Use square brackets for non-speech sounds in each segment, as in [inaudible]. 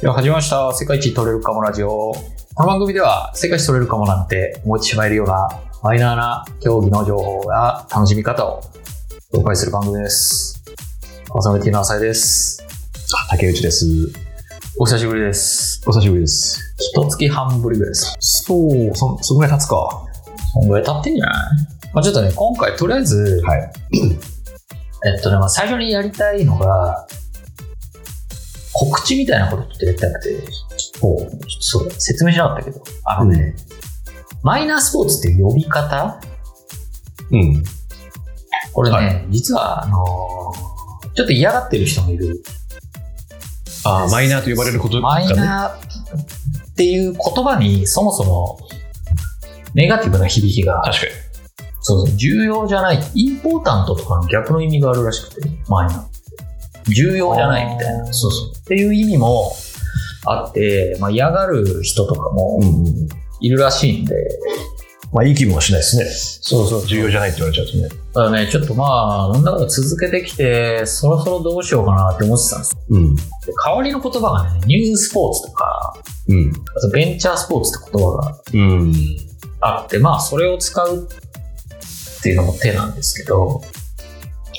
では始めました。世界一取れるかもラジオ。この番組では世界一取れるかもなんて思ってしまえるようなマイナーな競技の情報や楽しみ方を紹介する番組です。おさめての浅井です。竹内です。お久しぶりです。お久しぶりです。一月半ぶりぐらいです。そう、そ、そんぐらい経つか。はそんぐらい経ってんじゃないまあちょっとね、今回とりあえず、い。 [clears throat] えっとね、まあ最初にやりたいのが、告知みたいなことちょっとやりたくて、ほう。ちょっとそうだ説明しなかったけど、あのね、マイナースポーツっていう呼び方うん。これね、は実は、あのーちょっと嫌がってる人もいる。ああ、マイナーと呼ばれることマイー。ナーっていう言葉に、そもそも、ネガティブな響きが、確かそうそう重要じゃない、インポータントとかの逆の意味があるらしくて、マイナーって。重要じゃないみたいあな。ーそうそう。っていう意味もあって、まあ、嫌がる人とかもに。うんうん。いるらしいんで、まあ、いい気分はしないですね。そうそう重要じゃないって言われちゃうとね。ただね、ちょっとまあ、なんだかんだ続けてきて、そろそろどうしようかなって思ってたんですうん。で代わりの言葉がね、ニュースポーツとか、うん。あとベンチャースポーツって言葉がうん。あって、まあ、それを使うっていうのも手なんですけど、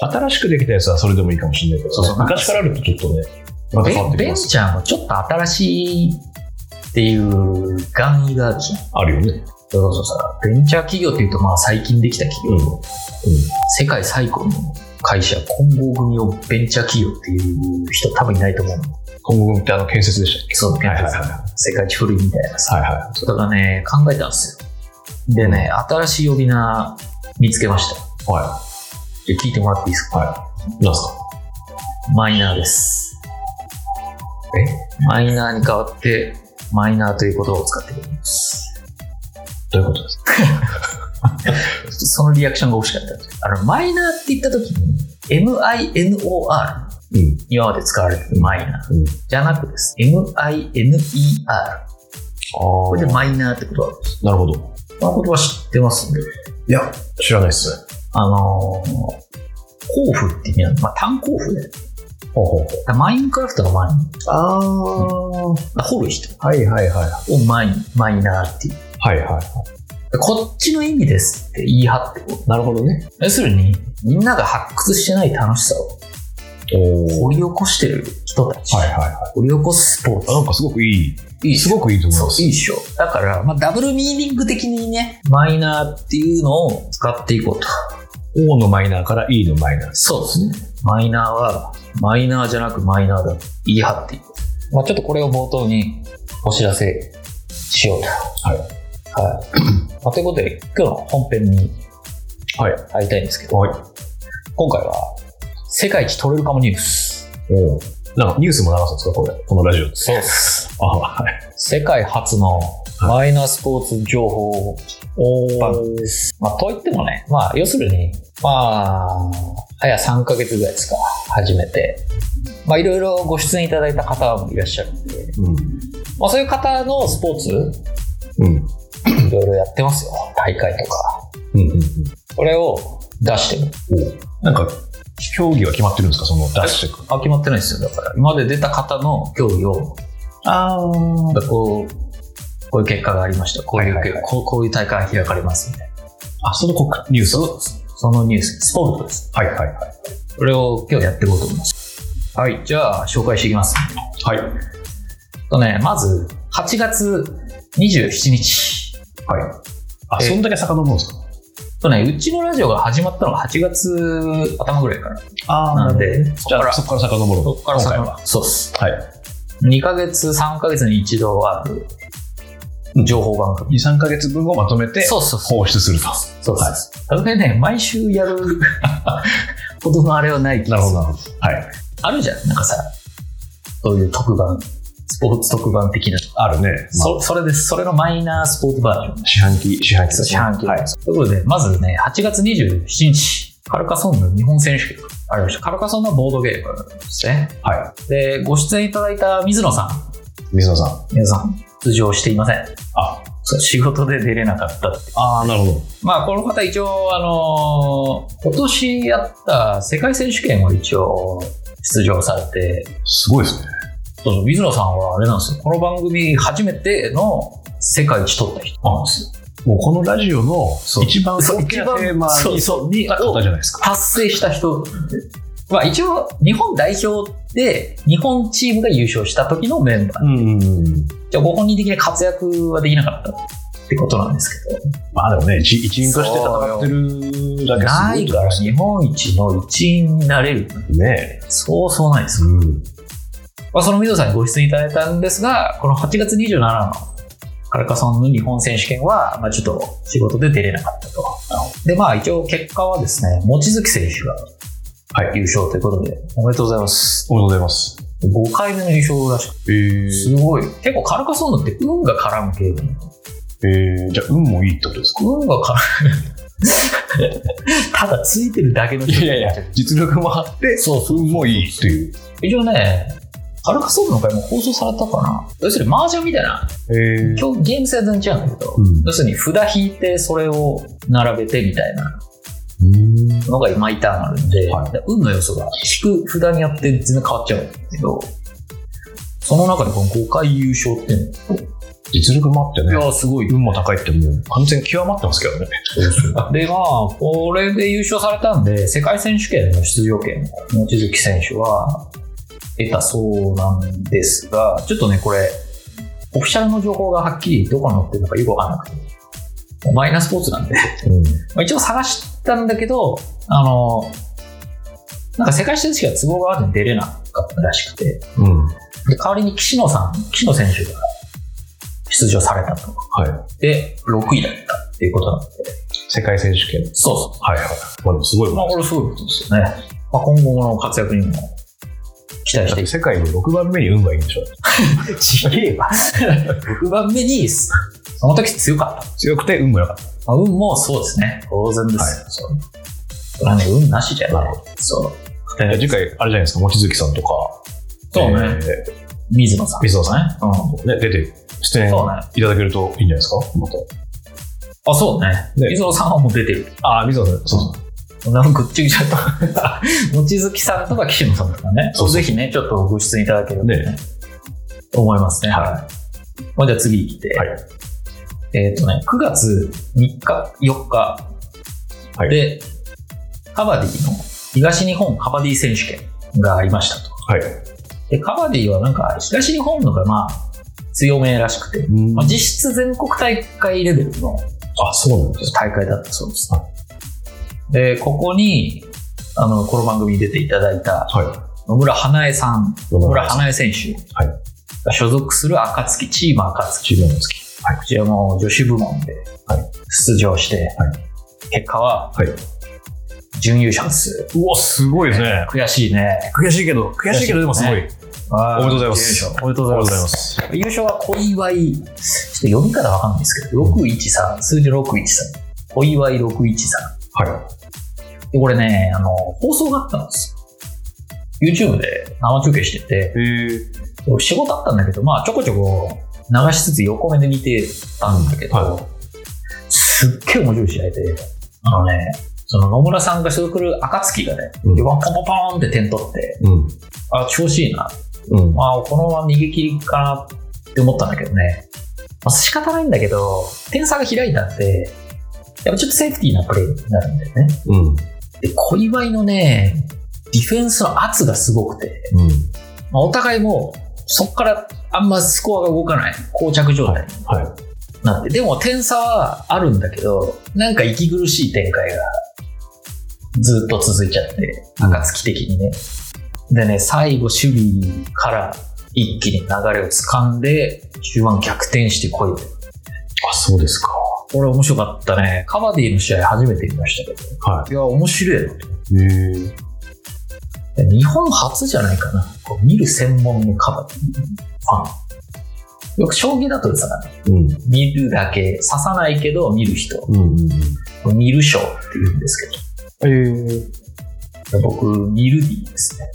新しくできたやつはそれでもいいかもしれないけど、そうそう昔からあるとちょっとね、また変わってベンベきンます。チャーもちょっと新しいっていう願意があるじゃん。あるよね。そうそうそう。ベンチャー企業っていうと、まあ、最近できた企業、うん世界最古の会社、混合組をベンチャー企業っていう人多分いないと思う。今後ってあの建設でしたっけそう建設はいはいは世界一古いみたいなさ。い。はいはだからね、考えたんですよ。でね、新しい呼び名見つけました。い。はで聞いてもらっていいですかい。はい。なんすかマイナーです。マイナーに代わって、マイナーという言葉を使ってくれます。どういうことですかそのリアクションが欲しかった。あの、マイナーって言った時に、M-I-N-O-R、うん。今まで使われてるマイナー、うんじゃなくです。M-I-N-E-R、これであマイナーって言葉です。あ。なるほど。この言葉知ってますんで、いや、知らないっすね。あのー、交付って意味なの。まあ、単交付で。だかほうほうほう。らマインクラフトの前に、ああ。掘る人はいはいはい。をマイマイナーっていう。はいはこっちの意味ですって言い張ってい。なるほどね。要するに、みんなが発掘してない楽しさをお掘り起こしてる人たち。はいはいは掘り起こすスポーい。なんかすごくいツ。いい、いっすしょごくいいと思いそまうす。いいっしょ。だから、まあ、ダブルミーニング的にね、マイナーっていうのを使っていこうと。 O のマイナーから E のマイナーです。そうですね。マイナーは、マイナーじゃなくマイナーだと言い張っている。まあ、ちょっとこれを冒頭にお知らせしようと。はいはい。 [clears throat] まあ、ということで、今日の本編にはい。入りたいんですけど、はい。今回は、世界一取れるかもニュース。おお。なんかニュースも流すんですかこれ。このラジオです。そうです。あはい。世界初のマイナースポーツ情報お番です。まあ、といってもね、まあ、要するに、まあ、早3ヶ月ぐらいですか、始めて。まあ、いろいろご出演いただいた方もいらっしゃるんで、うん。まあ、そういう方のスポーツ、うん。いろいろやってますよ。大会とか。うん。うん。これを出してる。おお。なんか、競技は決まってるんですかその出してく。あ、決まってないですよ。だから、今まで出た方の競技を、ああ。こう、こういう結果がありました。こういう、はいはいはいこうこういう大会が開かれますみたいな。あ、その国ニュース。はそのニュース、スポーツです。いはいはい。これを今日やっていこうと思います。はい、じゃあ紹介していきます。はい。とね、まず8月27日。はい。あ、えそんだけ遡るんですかとね、うちのラジオが始まったのが8月頭ぐらいから。あななんんでで。じゃあ、そこから遡る。そこから今先回は。は。そうっす。はい。 2ヶ月、3ヶ月に一度ある情報番組。 2、3ヶ月分をまとめてそうそうそう。放出すると。そうそうそう。さすがにね、毎週や [laughs] るほどのあれはない気ながるすほど、なるほど。はい。あるじゃん、なんかさ、そういう特番、スポーツ特番的な。あるね。まそそれです。それのマイナースポーツバージョン。あ、四半期、四半期です四ね半期、はい。ということで、まずね、8月27日、カルカソンヌ日本選手権ありました。カルカソンヌはボードゲームですね。はで、ご出演いただいた水野さん、い。水野さん。皆さん、出場していません。あ、そう仕事で出れなかったって。あーなるほまあ、この方一応、あのー今年やった世界選手権を一応出場されて、ど。すごいですね。そうそう、水野さんはあれなんですよ。この番組初めての世界一取った人なんですよ。もうこのラジオの一番そう大きなテーマにそうそうにあった方じゃないですか。達成した人。まあ一応、日本代表で、日本チームが優勝した時のメンバー。うん。じゃあご本人的に活躍はできなかったってことなんですけど。まあでもね、一一員として戦ってるだけすなごいいこかとらです日本一の一員になれる。ね。そうそうないですよ。うん。まあ、その水野さんにご質問いただいたんですが、この8月27のカルカソンの日本選手権は、まあ、ちょっと仕事で出れなかったと。で、まあ一応結果はですね、望月選手がはい。優勝ということで、おめでとうございます。おめでとうございます。 5回目の優勝らしくえて、ーすごい。結構カルカソンヌって運が絡むゲーム。えーじゃあ運もいいってことですか運が絡 [laughs] む。ただついてるだけの人実力もあって、そうそう。運もいいっていう。一応ね、カルカソンヌの回も放送されたかな。要するに麻雀みたいな、え今日ゲーム性は全然違うんだけど、うん要するに札引いてそれを並べてみたいなのが毎ターンあるんで、はいで運の要素が引く札によって全然変わっちゃうんだけど、その中でこの5回優勝っていう実力もあってのね、いや、すごい運も高いってもう完全に極まってますけどね。で、まあ、これで優勝されたんで、世界選手権の出場権を望月選手は得たそうなんですが、ちょっとね、これ、オフィシャルの情報がはっきりどこに載ってるのかよくわかんなくて、マイナースポーツなんで、まあ、一応探したんだけど、あの、なんか世界選手権は都合があって出れなかったらしくて、うん。うん。はで代わりに岸野さん、岸野選手が出場されたと。い。で、6位だったっていうことなんで、世界選手権。そうそう。はいはい。まあでもすごいまあ、これすごいことですよね。まあ、今後の活躍にも期待しだってていき世界の6番目に運がいいんでしょ。ちげえわ。6番目に、その時強かった。強くて運も良かっまあ、運もそうですね。当然です。はいそうそれはね、運なしじゃななるい。そう。た。次回、あれじゃないですか、望月さんとか、そうねえ水野さん。水野さんね。うん。ーね出て出演そうね。いただけるといいんじゃないですか、また。あ、そうね。ね水野さんはもう出てる。ああ、水野さん、そうそう。なんかぐっちゃぐち [laughs] ゃっと。望月さんとか岸野さんとかね。そうそうぜひね、ちょっとご出演いただければね。ねと思いますね。。はいまあ、じゃあ次行って。はい。えっ、とね、9月3日、4日はいで、カバディの東日本カバディ選手権がありましたと。はい。で、カバディはなんか東日本のがまあ強めらしくて、まあ、実質全国大会レベルのあ、そうなんです。大会だったそうですは。で、ここに、あの、この番組に出ていただいたは野村花江さん、い。野野村花江選手はいが所属する暁、チーム暁。チームの月。こちらも女子部門ではい出場して、はい結果ははい。準優勝です。うわ、すごいですね。悔しいね。悔しいけど、悔しいけどでもすごいねおおめでとうございますおめでとうあごりがとうござざいいま。ますす。優勝は小祝い、ちょっと読み方わかんないですけど、613、数字613、小祝い613。はい。で、これね、あの、放送があったんですよ。YouTube で生中継してて、えー、仕事あったんだけど、まあちょこちょこ流しつつ横目で見てたんだけど、はすっげえ面白い試合で、あのね、その野村さんが所属する暁がね、うん4番ポンポンポンって点取って、い。うん。あ、調子いいな。うん。まあ、このまま逃げ切りかなって思ったんだけどね。まあ、仕方ないんだけど、点差が開いたんで、やっぱちょっとセーフティーなプレーになるんだよね。うん。で、小祝いのね、ディフェンスの圧がすごくて、うん。まあ、お互いもう、そこからあんまスコアが動かない、膠着状態にはい。なって、でも点差はあるんだけど、なんか息苦しい展開がずっと続いちゃって、うん暁的にね。でね、最後守備から一気に流れを掴んで、中盤逆転してこいよ。あ、そうですか。これ面白かったね。カバディの試合初めて見ましたけはど。いや、面白いよい。えー、で日本初じゃないかな。こう見る専門のカバディファン。よく将棋だとさ、うん。見るだけ、刺さないけど見る人、うん。うん。見る賞って言うんですけど。えー、僕、ミルディですね。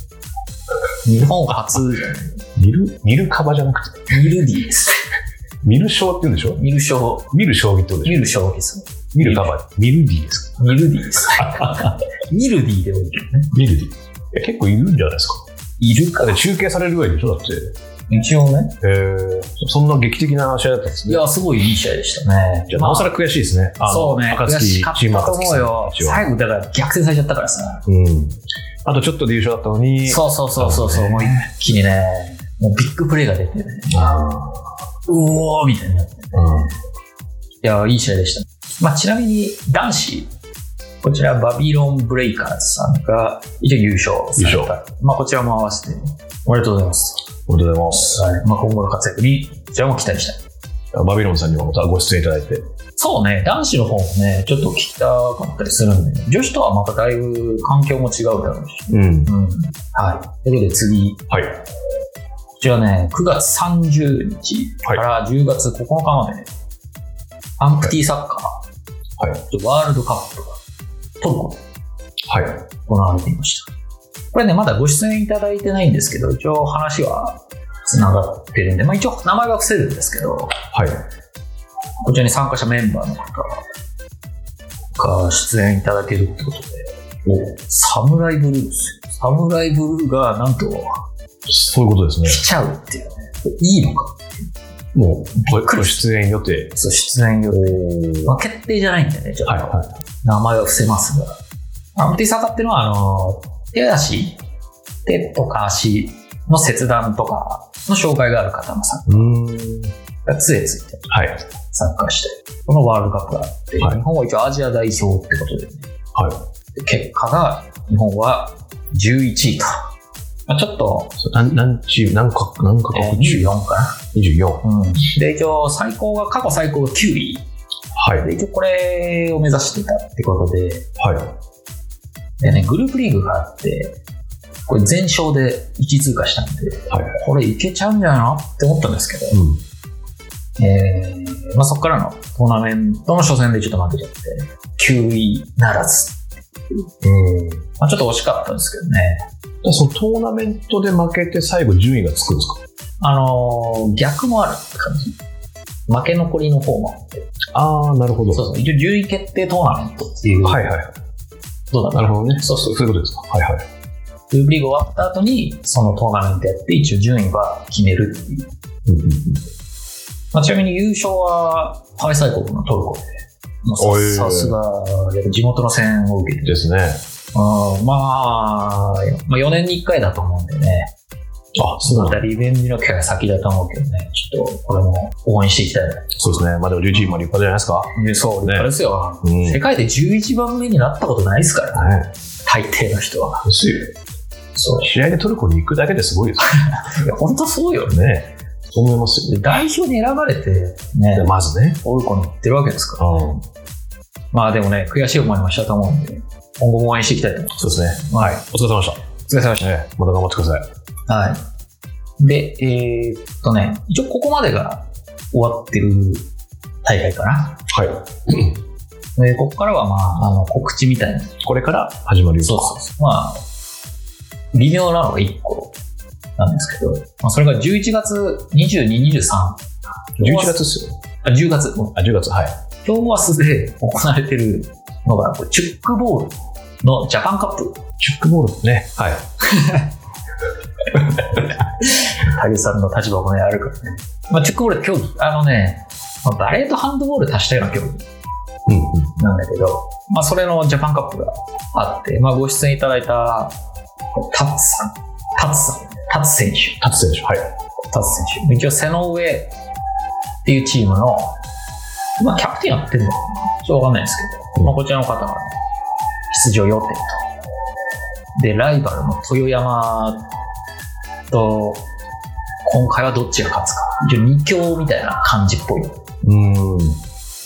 日本初じゃない。見る、見るカバじゃなくて、ミルディです。見る将って言うんでしょ見る将、見る将棋ってことでし見る将棋ですね。ょ見るカバ。見るディですかミルディです。 [laughs] ミルディでもいいよね。見るディ。え結構いるんじゃないですかいるかだって中継されるぐらいでしょだって。一応ね。えー、そんな劇的な試合だったんですいね。や、すごいいい試合でしたね。じゃあ、なおさら悔しいですね。あのそうね、赤悔月しかっチームたと赤月思うさんよた。ちは最後、だから逆転されちゃったからさ。うん。あとちょっとで優勝だったのに、そうそうそうそうそう、そうねもう一気にね、もうビッグプレーが出てね、あうおーみたいになって。いーうんや、いい試合でした。まあ、ちなみに男子、こちらバビロンブレイカーズさんが一応優勝され優た。まあ、こちらも合わせて、おめでとうございます。おめでとうございます。はい。まあ、今後の活躍に、こちらも期待したい。バビロンさんにもまたご出演いただいて。そうね、男子の方もね、ちょっと聞きたかったりするんで、女子とはまただいぶ環境も違うだろうし。うん。うん。はい。ということで次、こはい。ちらね、9月30日から10月9日までね、アンプティサッカー、はいい、ワールドカップがトルコではい。行われていました。これね、まだご出演いただいてないんですけど、一応話は繋がってるんで、まあ一応名前は伏せるんですけど、はい。こちらに参加したメンバーの方が出演いただけるってことで、サムライブルーですよ。サムライブルーがなんとそういうことですね。来ちゃうっていうね。いいのかもびっう、くりご出演予定。そう、出演予定。まあ、決定じゃないんでね、ちょっはい。とは名前は伏せますが。アンティサカっていうのは、あの、手足、手とか足の切断とかの障害がある方のさい。うーん。が杖ついてはい。参加して、このワールドカップがあって、はい日本は一応アジア代表ってことで、は結果が日本は11位と、まあ、ちょっと、い。そう何、何チーム、何か、何かえー国中、 24か24。な、うん、で一応最高が過去最高が9位はい。はい。で一応これを目指してたってことでで、ね、グループリーグがあってこれ全勝で1通過したんではい。これいけちゃうんじゃないのって思ったんですけど、うん。えーまあ、そこからのトーナメントの初戦でちょっと負けちゃって9位ならず、うん。まあ、ちょっと惜しかったんですけどねそのトーナメントで負けて最後順位がつくんですかあのー逆もあるって感じ。負け残りの方もあって。ああ、なるほど。そうそう。一応、順位決定トーナメントっていう。はいはいはい。どうだろなるう。ほどね。そうそう。そういうことですか。はいはい。ルーブリーグ終わった後に、そのトーナメントやって、一応順位は決めるっていう。うんうんうんまあ、ちなみに優勝は、開催国のトルコで。まおいあ、ささすが、地元の戦を受けて。ですね。うんまあ、まあ、4年に1回だと思うんでね。あ、そそうのなんだ。リベンジの機会が先だと思うけどね。ちょっと、これも応援していきたいな。そうですね。まあでも11位も立派じゃないですか。でそう、ねあれですよ。うん世界で11番目になったことないですから、ね大抵の人は。ですよ。そ試合でトルコに行くだけですごいでう。いや、本当そうよ。すよね。そう思いますよ。代表に選ばれて、ね、まずね。オルコに行ってるわけですから。うん。まあでもね、悔しい思いもしたと思うんで、今後も応援していきたいと思いまそうですね。す。はい。お疲れ様でおし。疲れ様でしたええまた頑張ってください。た。はい。で、えーっとね、一応ここまでが終わってる大会かな。はい。でここからはまあ、あの告知みたいな。これから始まるよとそうか。そうそう。まあ、微妙なのが1個なんですけど、まあ、それが11月22、23。 11月ですよ。あ ?10 月。あ、10月。はい。今日明日で行われてるのが、チュックボールのジャパンカップ。チュックボールね。はい。萩さんの立場もね、あるからね。まあ、チュックボール競技、あのね、まあバレーとハンドボール足したような競技うんうん。なんだけど、まあ、それのジャパンカップがあって、まあ、ご出演いただいた、タツさん、タツさん、タツ選手。立つ選手。はい。タツ選手。一応、瀬の上っていうチームの、まあ、キャプテンやってるのかなしょうがないですけど、まあ、こちらの方がね、出場予定と。で、ライバルの豊山と、今回はどっちが勝つか。一応、二強みたいな感じっぽい。うん。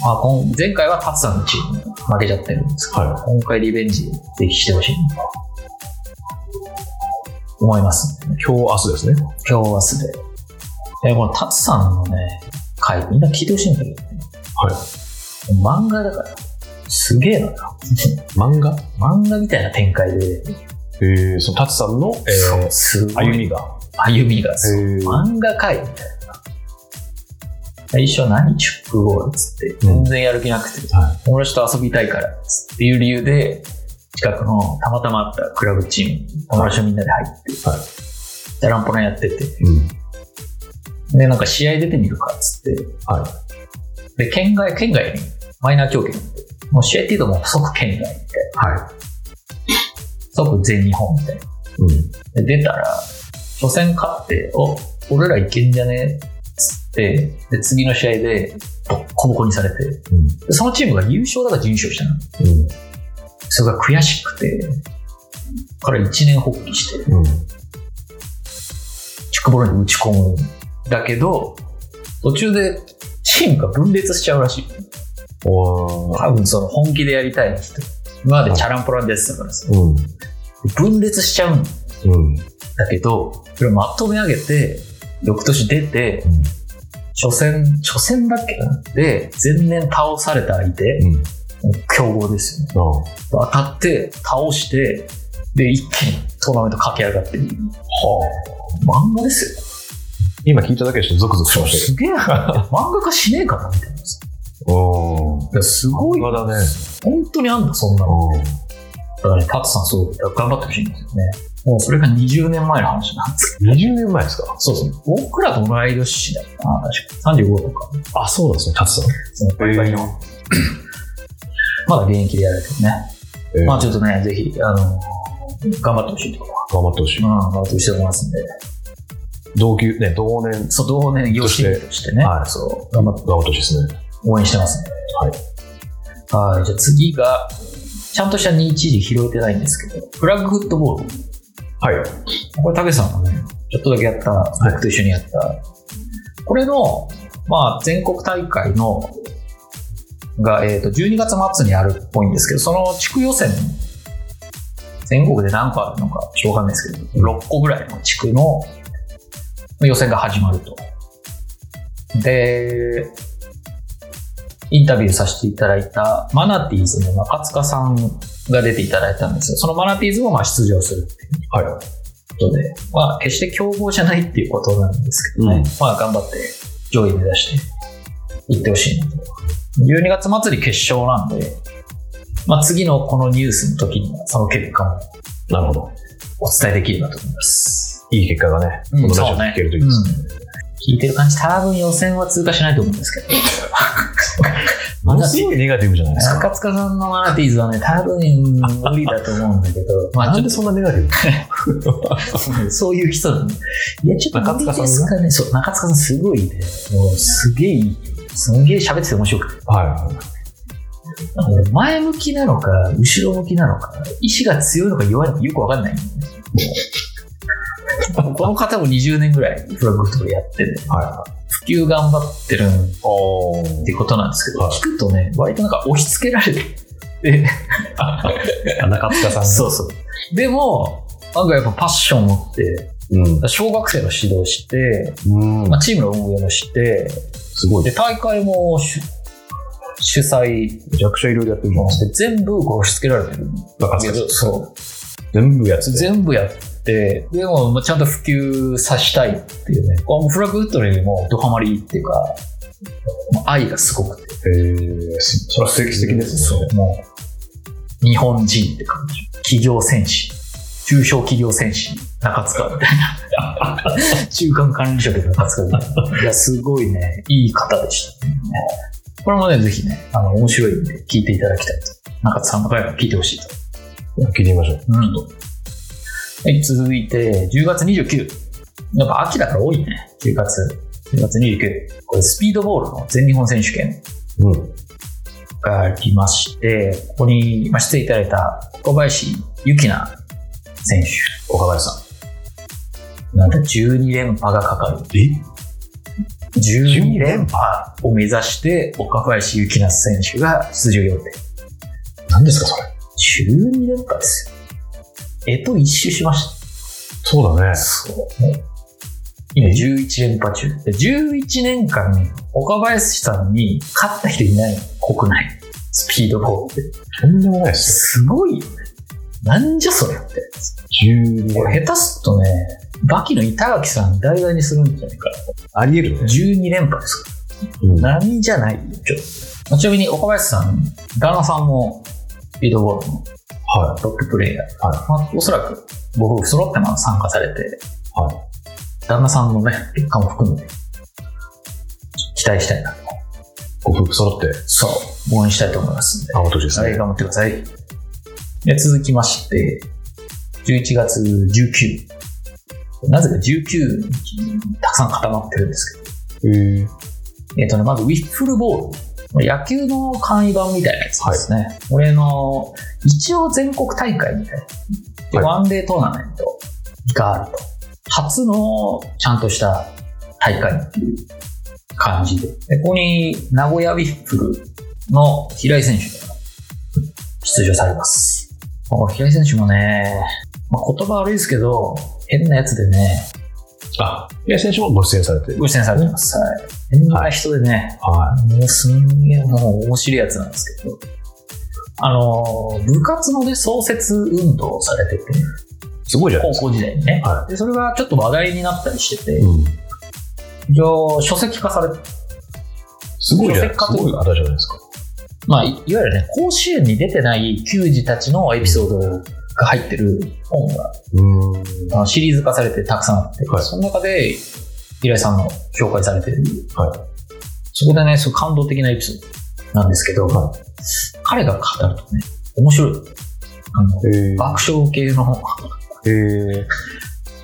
まあ、今前回はタツさんのチームに負けちゃってるんですけど、は今回リベンジぜひしてほしいなと思います、ね。今日、明日ですね。今日明日で。えこのタツさんのね、回、みんな聞いてほしいんだけどね。はい。漫画だから、すげえな。漫画 [laughs] 漫画みたいな展開で、えー、その、立さんの、そえうすー、ご歩いみが。歩みがすごい、えー漫画界みたいな。最初何チュックゴールっつって、う全ん然やる気なくて、は友達と遊びたいからっつっていう理由で、近くのたまたまあったクラブチームに友達とみんなで入って、はいでランポランやってて、うん。で、なんか試合出てみるかっつって、はいで、県外、県外にマイナー競技なんで、もう試合っていうともう即県外みたいな、は即全日本みたいい。うん。な。で、出たら、初戦勝って、お、俺らいけんじゃねっつって、で、次の試合で、ボッコボコにされて、でそのチームが優勝だから準優勝したの。うん。それが悔しくて、から一年発起して、うん。うん。チックボールに打ち込むんだけど、途中でチームが分裂しちゃうらしい。おー。多分その本気でやりたい人。今までチャランポランでやってたからさ。うん。分裂しちゃうんだうん。けど、それをまとめ上げて、翌年出て、初戦、初戦だっけなで、前年倒された相手、うん。強豪ですよね。あ当たって、倒して、で、一気にトーナメント駆け上がってる。漫画ですよ。今聞いただけでちょっとゾクゾクしましすげえな漫画化しねえかなみたいなさたよ。うん。すごい漫画だね。本当にあんだそんなのうん。だからねタツさんすごい頑張ってほしいんですよねもうそれが20年前の話なんです20年前ですかそうそう僕らと同い年だよな確か35とかあ、そうなんですね、タツさん。そのバリバリのまだ現役でやられてるね、えーまあちょっとねぜひあのー頑張ってほしいとこ頑張ってほしい。は、うん、頑張ってほしいと思いますんで同級、ね、同年、そう同年養子としてねはいそう頑張って頑張ってほしいですね。応援してますんではい。はい、じゃあ次が、ちゃんとした2一時拾えてないんですけど、フラッグフットボール。はい。これ、竹さんがね、ちょっとだけやった、い僕と一緒にやった。これの、まあ、全国大会の、が、えっ、と、12月末にあるっぽいんですけど、その地区予選、全国で何個あるのか、しょうがないですけど、6個ぐらいの地区の予選が始まると。で、インタビューさせていただいたマナティーズの中塚さんが出ていただいたんですよ。そのマナティーズもまあ出場するはことで、まあ、決して強豪じゃないっていうことなんですけどね、うんまあ、頑張って上位目指していってほしいなと。12月末に決勝なんで、まあ、次のこのニュースの時にはその結果もい。なるほど。お伝えできればと思います。いい結果がね、うんこのラジオそうね聞けるといいですね。聞いてる感じ、多分予選は通過しないと思うん [laughs] ですけど、うんものすごいネガティブじゃないですか。中塚さんのマナティーズはね、多分無理だと思うんだけ [laughs] ど、まあ、なちょんっでそんなネガティブと [laughs] そういう人なんで、いや、ちょっと無理ですかね、そう、中塚さんすごいね、もうすげえいい、すんげえ喋ってて面白くて。はなんかね前向きなのか、後ろ向きなのか、意志が強いのか弱いのかよくわかんないんだよね。 [laughs] この方も20年ぐらいフラッグフットボールやってて、い。は普及頑張ってるっい。おー。てことなんですけど、はい聞くとね、割となんか押し付けられてて、中塚さんが。 [laughs] そうそう。でも、なんかやっぱパッション持って、うん。小学生の指導して、うんまあ、チームの運営もして、すごい。で、め大会も主主催ちゃくちゃいろいろやってるじゃないですして、全部こう押し付けられてるんか。中だけ塚さど、ん。そう。全部やってて。全部やって、でもまあちゃんと普及させたいっていうね、これはもうフラッグウッドよりもドハマりっていうか、もう愛がすごくて。へーそそれは素敵ですね。そうもう、日本人って感じ。企業戦士。中小企業戦士、中塚みたいな。中間管理職の中塚みたいな。いや、すごいね、いい方でした、ね。これもね、ぜひね、あの、面白いんで聞いていただきたいと。中塚さんの回も聞いてほしいと。聞いてみましょう。うん、はい続いて、10月29。やっぱ秋だから多いね。10月。10月29。これスピードボールの全日本選手権うん。がありまして、ここにまあ出演いただいた小林幸奈選手。岡林さなんと12連覇がかかる。ん。え12連覇を目指して、岡林幸奈選手が出場予定。何ですか、それ。 12連覇ですよ。えと一周しました。そうだね。そう。今え11連覇中。で11年間、岡林さんに勝った人いない国内。スピードボールって。とんでもないですすごいよね。なんじゃそれって。よ。12こ年。れ下手すっとね、バキの板垣さん代々にするんじゃないかあり得るな。ね。 12連覇ですかうんら。波じゃないよ、ちょっと。まあちなみに岡林さん、旦那さんも、スピードボールのはトッププレイヤー。はまあおそらく、ご夫婦揃ってまあ参加されて、い。はい。旦那さんのね、結果も含めて、期待したいなと。ご夫婦揃って、そう、応援したいと思いますんで。あ、本当ですはい、ね。頑張ってください。で続きまして、11月19。なぜか19にたくさん固まってるんですけどえー、えっとね、まずウィッフルボール。野球の簡易版みたいなやつですね。これの、一応全国大会みたいな。で、はいワンデートーナメントがあると。初のちゃんとした大会っていう感じで。でここに名古屋ウィッフルの平井選手が出場されます。もう平井選手もね、まあ、言葉悪いですけど、変なやつでね、あ、平井選手もご出演されて。ご出演されてます。はい。変な人でね、はもうすんげえもう面白いやつなんですけど、あの、部活ので創設運動をされてて、い。すごいじゃな高いです校時代にね、はで。それがちょっと話題になったりしててか。、うん。一応書籍化されて、すごいじゃなせっいですかか。くすごい方じゃないですか。まあ、いいわゆるね、甲子園に出てない球児たちのエピソードが入ってる本が、うん。あのシリーズ化されてたくさんあって、はいその中で、平井さんの紹介されてる、はいそこでね、そう感動的なエピソードなんですけど、彼が語るとね、面白い。あのえー、爆笑系の、えー、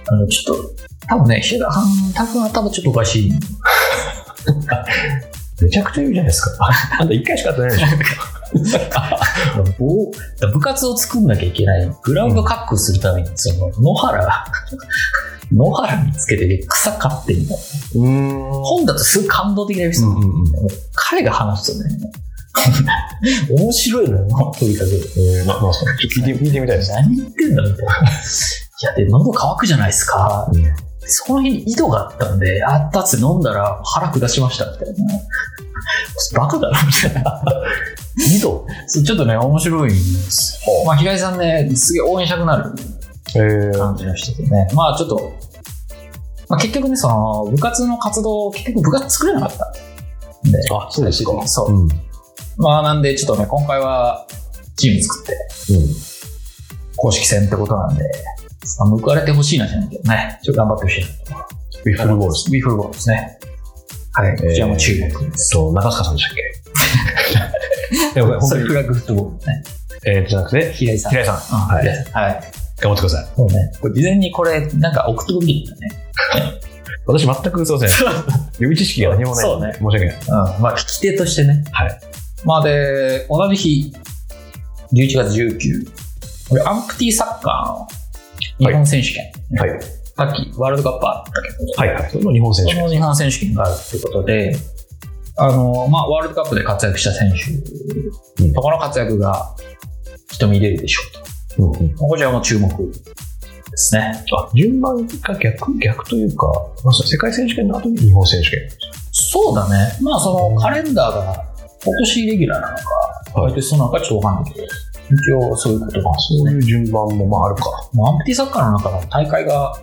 あの、ちょっと、多分ね、ヒューさん、多分頭ちょっとおかしい。めちゃくちゃ言うじゃないですか。 [laughs] ああんた一回しか会ってないでし棒部活を作んなきゃいけない。グラウンド確保するために、その、野原、 [laughs] 野原につけて、草刈ってみたいな。ょ。 [laughs] うん。う本だとすごい感動的なエピソード。んうんうん。彼が話すとね、 [laughs] 面白いのよ、とにかく。えー、ななん [laughs] ですかちょっと聞いて聞いてみたいですね。何言ってんだみたいな。いや、で、喉乾くじゃないですか。その辺に井戸があったんで、あったっつって飲んだら腹下しましたみたいな。バカだなみたいな。井戸ちょっとね、面白いんですよほうまあ、平井さんね、すげえ応援したくなるえー、感じの人でね。まあ、ちょっと、まあ、結局ね、その、部活の活動、結局部活作れなかった。あ、そうですか。そううん。うん。まあ、なんで、ちょっとね、今回はチーム作って、公式戦ってことなんで、まあ、報われてほしいなじゃないけどね。ちょっと頑張ってほしいなウィッフルボールです。す。ビーフルボールですね。はい。こえーちらも注目です。と、中塚さんでしたっ [laughs] けいやごめん本それ当にフラッグフットボールね。えー、じゃなくて、平井さん。平井さん、ははいい。はい。頑張ってください。そうね。これ事前にこれ、なんか送っておきいんだね。私、全くすいません。 [laughs] 予備知識が何もない。そうね申し訳ない。うん。まあ、聞き手としてね。はい。まあ、で、同じ日、11月19。これ、アンプティサッカーの日本選手権。はい。さっきワールドカップあったけど、はいはい。それも日本選手この日本選手権があるということで、あの、まあ、ワールドカップで活躍した選手、うんそこの活躍が、人見出るでしょうと。うんうんこちらも注目ですね。あ、順番が逆、逆というか、なんか世界選手権の後に日本選手権。そうだね。まあ、そのカレンダーが今年レギュラーなのか、はい毎年そうなのかちょっとわかんないけど、一応そういうことなんあ、ですそうね。いう順番も、まあ、あるか。もうアンプティサッカーの中の大会が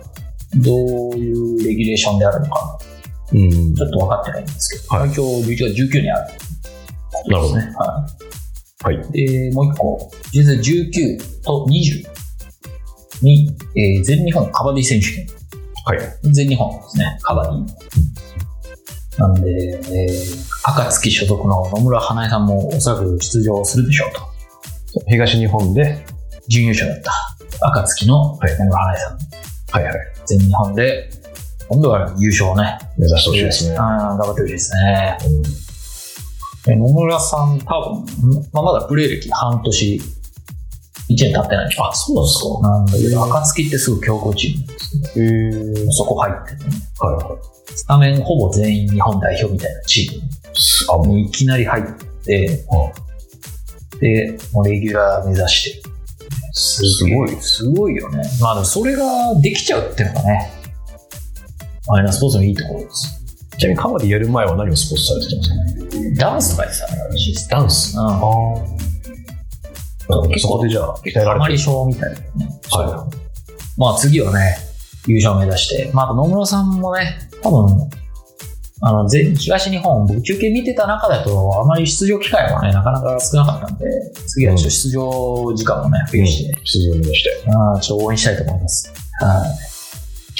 どういうレギュレーションであるのか、うんちょっと分かってないんですけど、はい一応11月19にあるなるでほすどね。ね。ははい。い、で、もう一個、11月19と20に、えー全日本カバディ選手権。はい。全日本ですね、カバディ。なんで、えー、暁所属の野村花江さんもおそらく出場するでしょうと。東日本で、準優勝だった暁のはい野村花江さん、はいはい。全日本で、今度は優勝をね、目指してほしいですね。あー頑張ってほしいですね。うんえ野村さん、多分、んまあ、まだプレー歴半年、1年経ってない。あ、そうなんですかなんだけど、暁ってすごい強豪チームなんですね。えー、そこ入ってね、はいはい。スタメンほぼ全員日本代表みたいなチーム。すあ、もう、にいきなり入って、はで、もうレギュラー目指してる。すごいすごいよね。まあでもそれができちゃうっていうのがね、マイナースポーツのいいところです。ちなみにカバディやる前は何をスポーツされてたんですかダンスとかでさ、ダンス。うんああ。そこでじゃあ、鍛えらあまれてりる。賞みたいなね。はまあ次はね、優勝目指して、まああと野村さんもね、多分、あの、全、東日本、僕中継見てた中だと、あまり出場機会もね、なかなか少なかったんで、次はちょっと出場時間もね、増やして、出場を目指して、あーちょっと応援したいと思います。は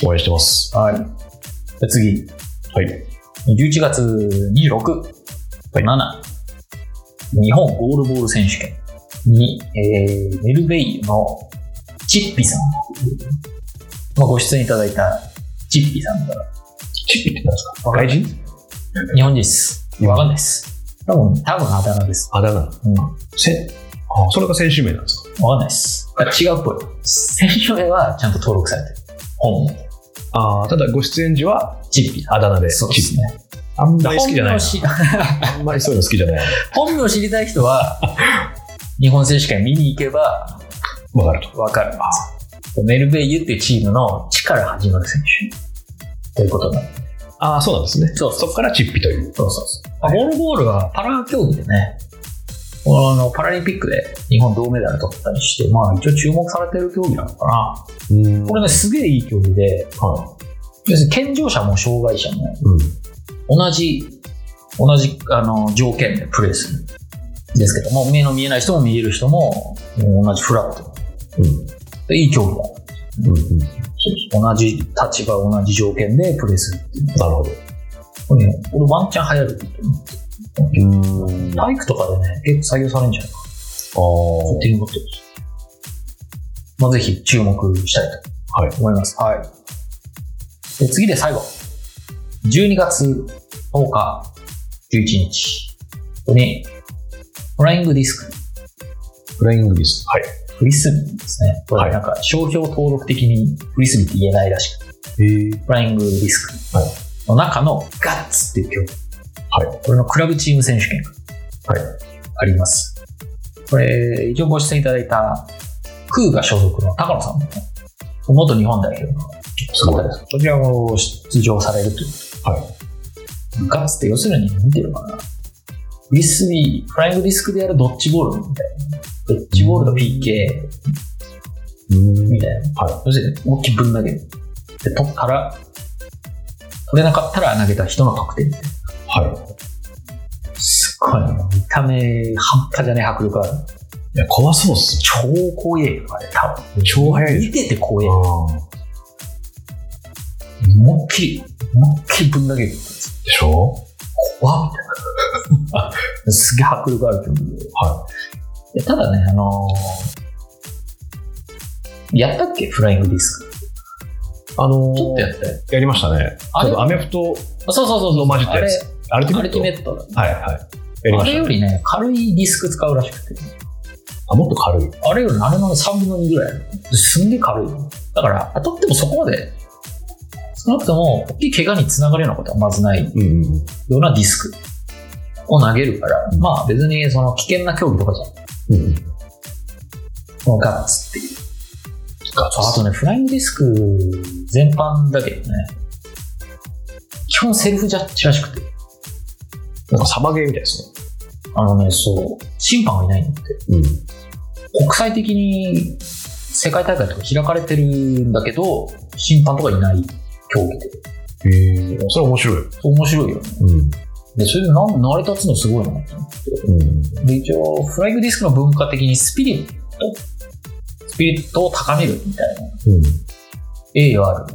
応援してます。い。はい。じゃあ次、はい。 11月26、これ7、日本ゴールボール選手権に、えー、メルベイユのチッピさん、まあ、ご出演いただいたチッピさんから、チッピって何ですか外人日本人です。わかんないです。多分、多分あだ名です。あだ名。うん。せあそれが選手名なんですかわかんないです。あ違うっぽい。選手名はちゃんと登録されてる。本名。ああ、ただご出演時はチッピ。あだ名で。そうですね。あんまり好きじゃないな。本名あんまりそういうの好きじゃない。本名を知りたい人は、日本選手権見に行けばわかるわかるんですよメルベイユっていうチームの地から始まる選手ということになる。と。ああ、そうなんですね。そうそこからチッピという。そうそうそう。まあゴールボールはパラ競技でね、あのパラリンピックで日本銅メダル取ったりして、まあ一応注目されてる競技なのかな。うんこれね、すげえいい競技で、は要するに健常者も障害者もい。うん。同じ、同じあの条件でプレーするんですけども、目の見えない人も見える人ももう同じフラット。うん。でいい競技だ。うん。うん。な同じ立場、同じ条件でプレーするっていうるほど。これね。これワンチャン流行ると思う。うんあ体育とかでね、結構採用されるんじゃないかあっ。ていうことです。まあ、ぜひ注目したいはいと思います。はい。で次で最後。12月10日、11日に、フライングディスク、フライングリス。はい。フリスビーですね。こはれいなんか商標登録的にフリスビーって言えないらしくてええ。フライングディスクはいの中のガッツっていう曲、はこれのクラブチーム選手権がはいあります。これ、一応ご出演いただいた、クーが所属の高野さんもね、元日本代表のすごい方です。こちらも出場されるという。はガッツって要するに、見てるかな。フリスビー、フライングディスクでやるドッジボールみたいな。ドッジボールの PK い。うんみたいな。はそして大きい分投げ。で、取ったら、取れなかったら投げた人の得点みたいな。い。はすっごいな。見た目、半端じゃねえ迫力ある。い。いや、怖そうっす超怖えよ、あれ、多分。超速いでし見てて怖え。ょ。ああ。思いっきり、思いっきり分投げる。でしょ怖っみたいな。すげえ迫力あるけど。はでただね、あのーやったっけフライングディスク。い。あのー、ちょっとやったよ。やりましたね。あちょっれとアメフト、そうそうそうそう。のマジックあれや、アルティアルメッティト。メットだ。はいはい。やりあまれしよりね、軽いディスク使うらしくて。た。あ、もっと軽い。あれよりあれの3分の2ぐらいある。すんげえ軽い。だから、当たってもそこまで、少なくとも、大きい怪我につながるようなことはまずないようんうんうん。うなディスクを投げるから、まあ別にその危険な競技とかじゃん。うんうん。このガッツっていう。ガツあとね、フライングディスク全般だけどね、基本セルフジャッジらしくて、なんかサバゲーみたいですあのね、そう、審判がいないんで、ね。うん。国際的に世界大会とか開かれてるんだけど、審判とかいない競技で。へえ。それ面白い。面白いよね。うん。で、それでなん成り立つのすごいなって思って。うん。で、一応、フライングディスクの文化的にスピリット、スピリットを高めるみたいな。栄誉ある。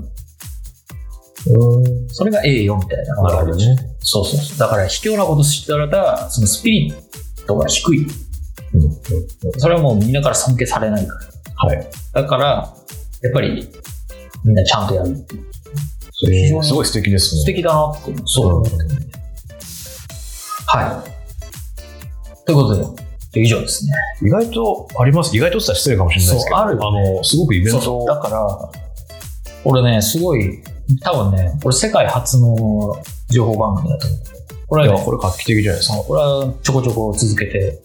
うん。それが栄誉みたいな。なるほど。ね。そうそうそう。だから、卑怯なことしたら、そのスピリットが低い。うん。それはもうみんなから尊敬されないかはい。ら。だから、やっぱり、みんなちゃんとやるっていう。えー非常にすごい素敵ですね。素敵だなって思う。そう。はい。ということで、以上ですね。意外とあります。意外とって言ったら失礼かもしれないですけど。そうあるよねの、すごくイベそントうそう。だから、俺ね、すごい、多分ね、これ世界初の情報番組だと思う。これいはやね、これ画期的じゃないですか。そうこれはちょこちょこ続けて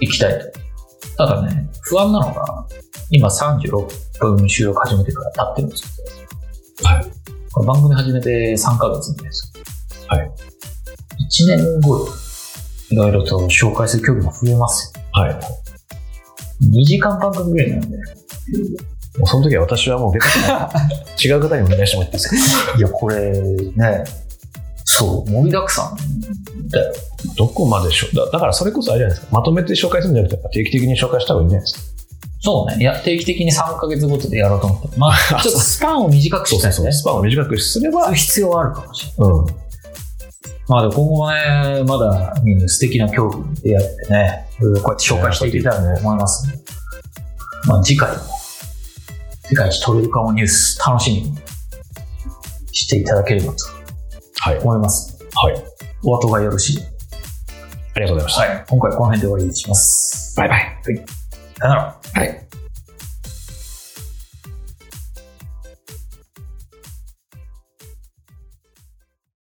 いきたいと。ただね、不安なのが、今36分収録始めてから経ってるんですけど、はいこれ番組始めて3ヶ月なんですけどはい1年後、いろいろと紹介する競技も増えますよ。はい。 2時間番組ぐらいなんで、もうその時は私はもう出て [laughs] きない違う方にお願いしてもらっていいですかいや、これね、そう、盛りだくさんだよ。どこまでしょだだからそれこそあれじゃないですかまとめて紹介するんじゃなくてやっぱ定期的に紹介した方がいいんじゃないですかそうね。いや、定期的に3ヶ月ごとでやろうと思って。 [laughs] まあ、ちょっとスパンを短くしたいね。スパンを短くすれば、必要はあるかもしれない。うん、まあでも今後もね、まだみんな素敵な競技でやってね、いろいろこうやって紹介していけたらと思いますね。まあ次回も、世界一取れるかもニュース、楽しみにしていただければとはい。はい。思います。お後がよろしい。ありがとうございました。はい。今回はこの辺で終わりにします。バイバイ。さよなら。はい。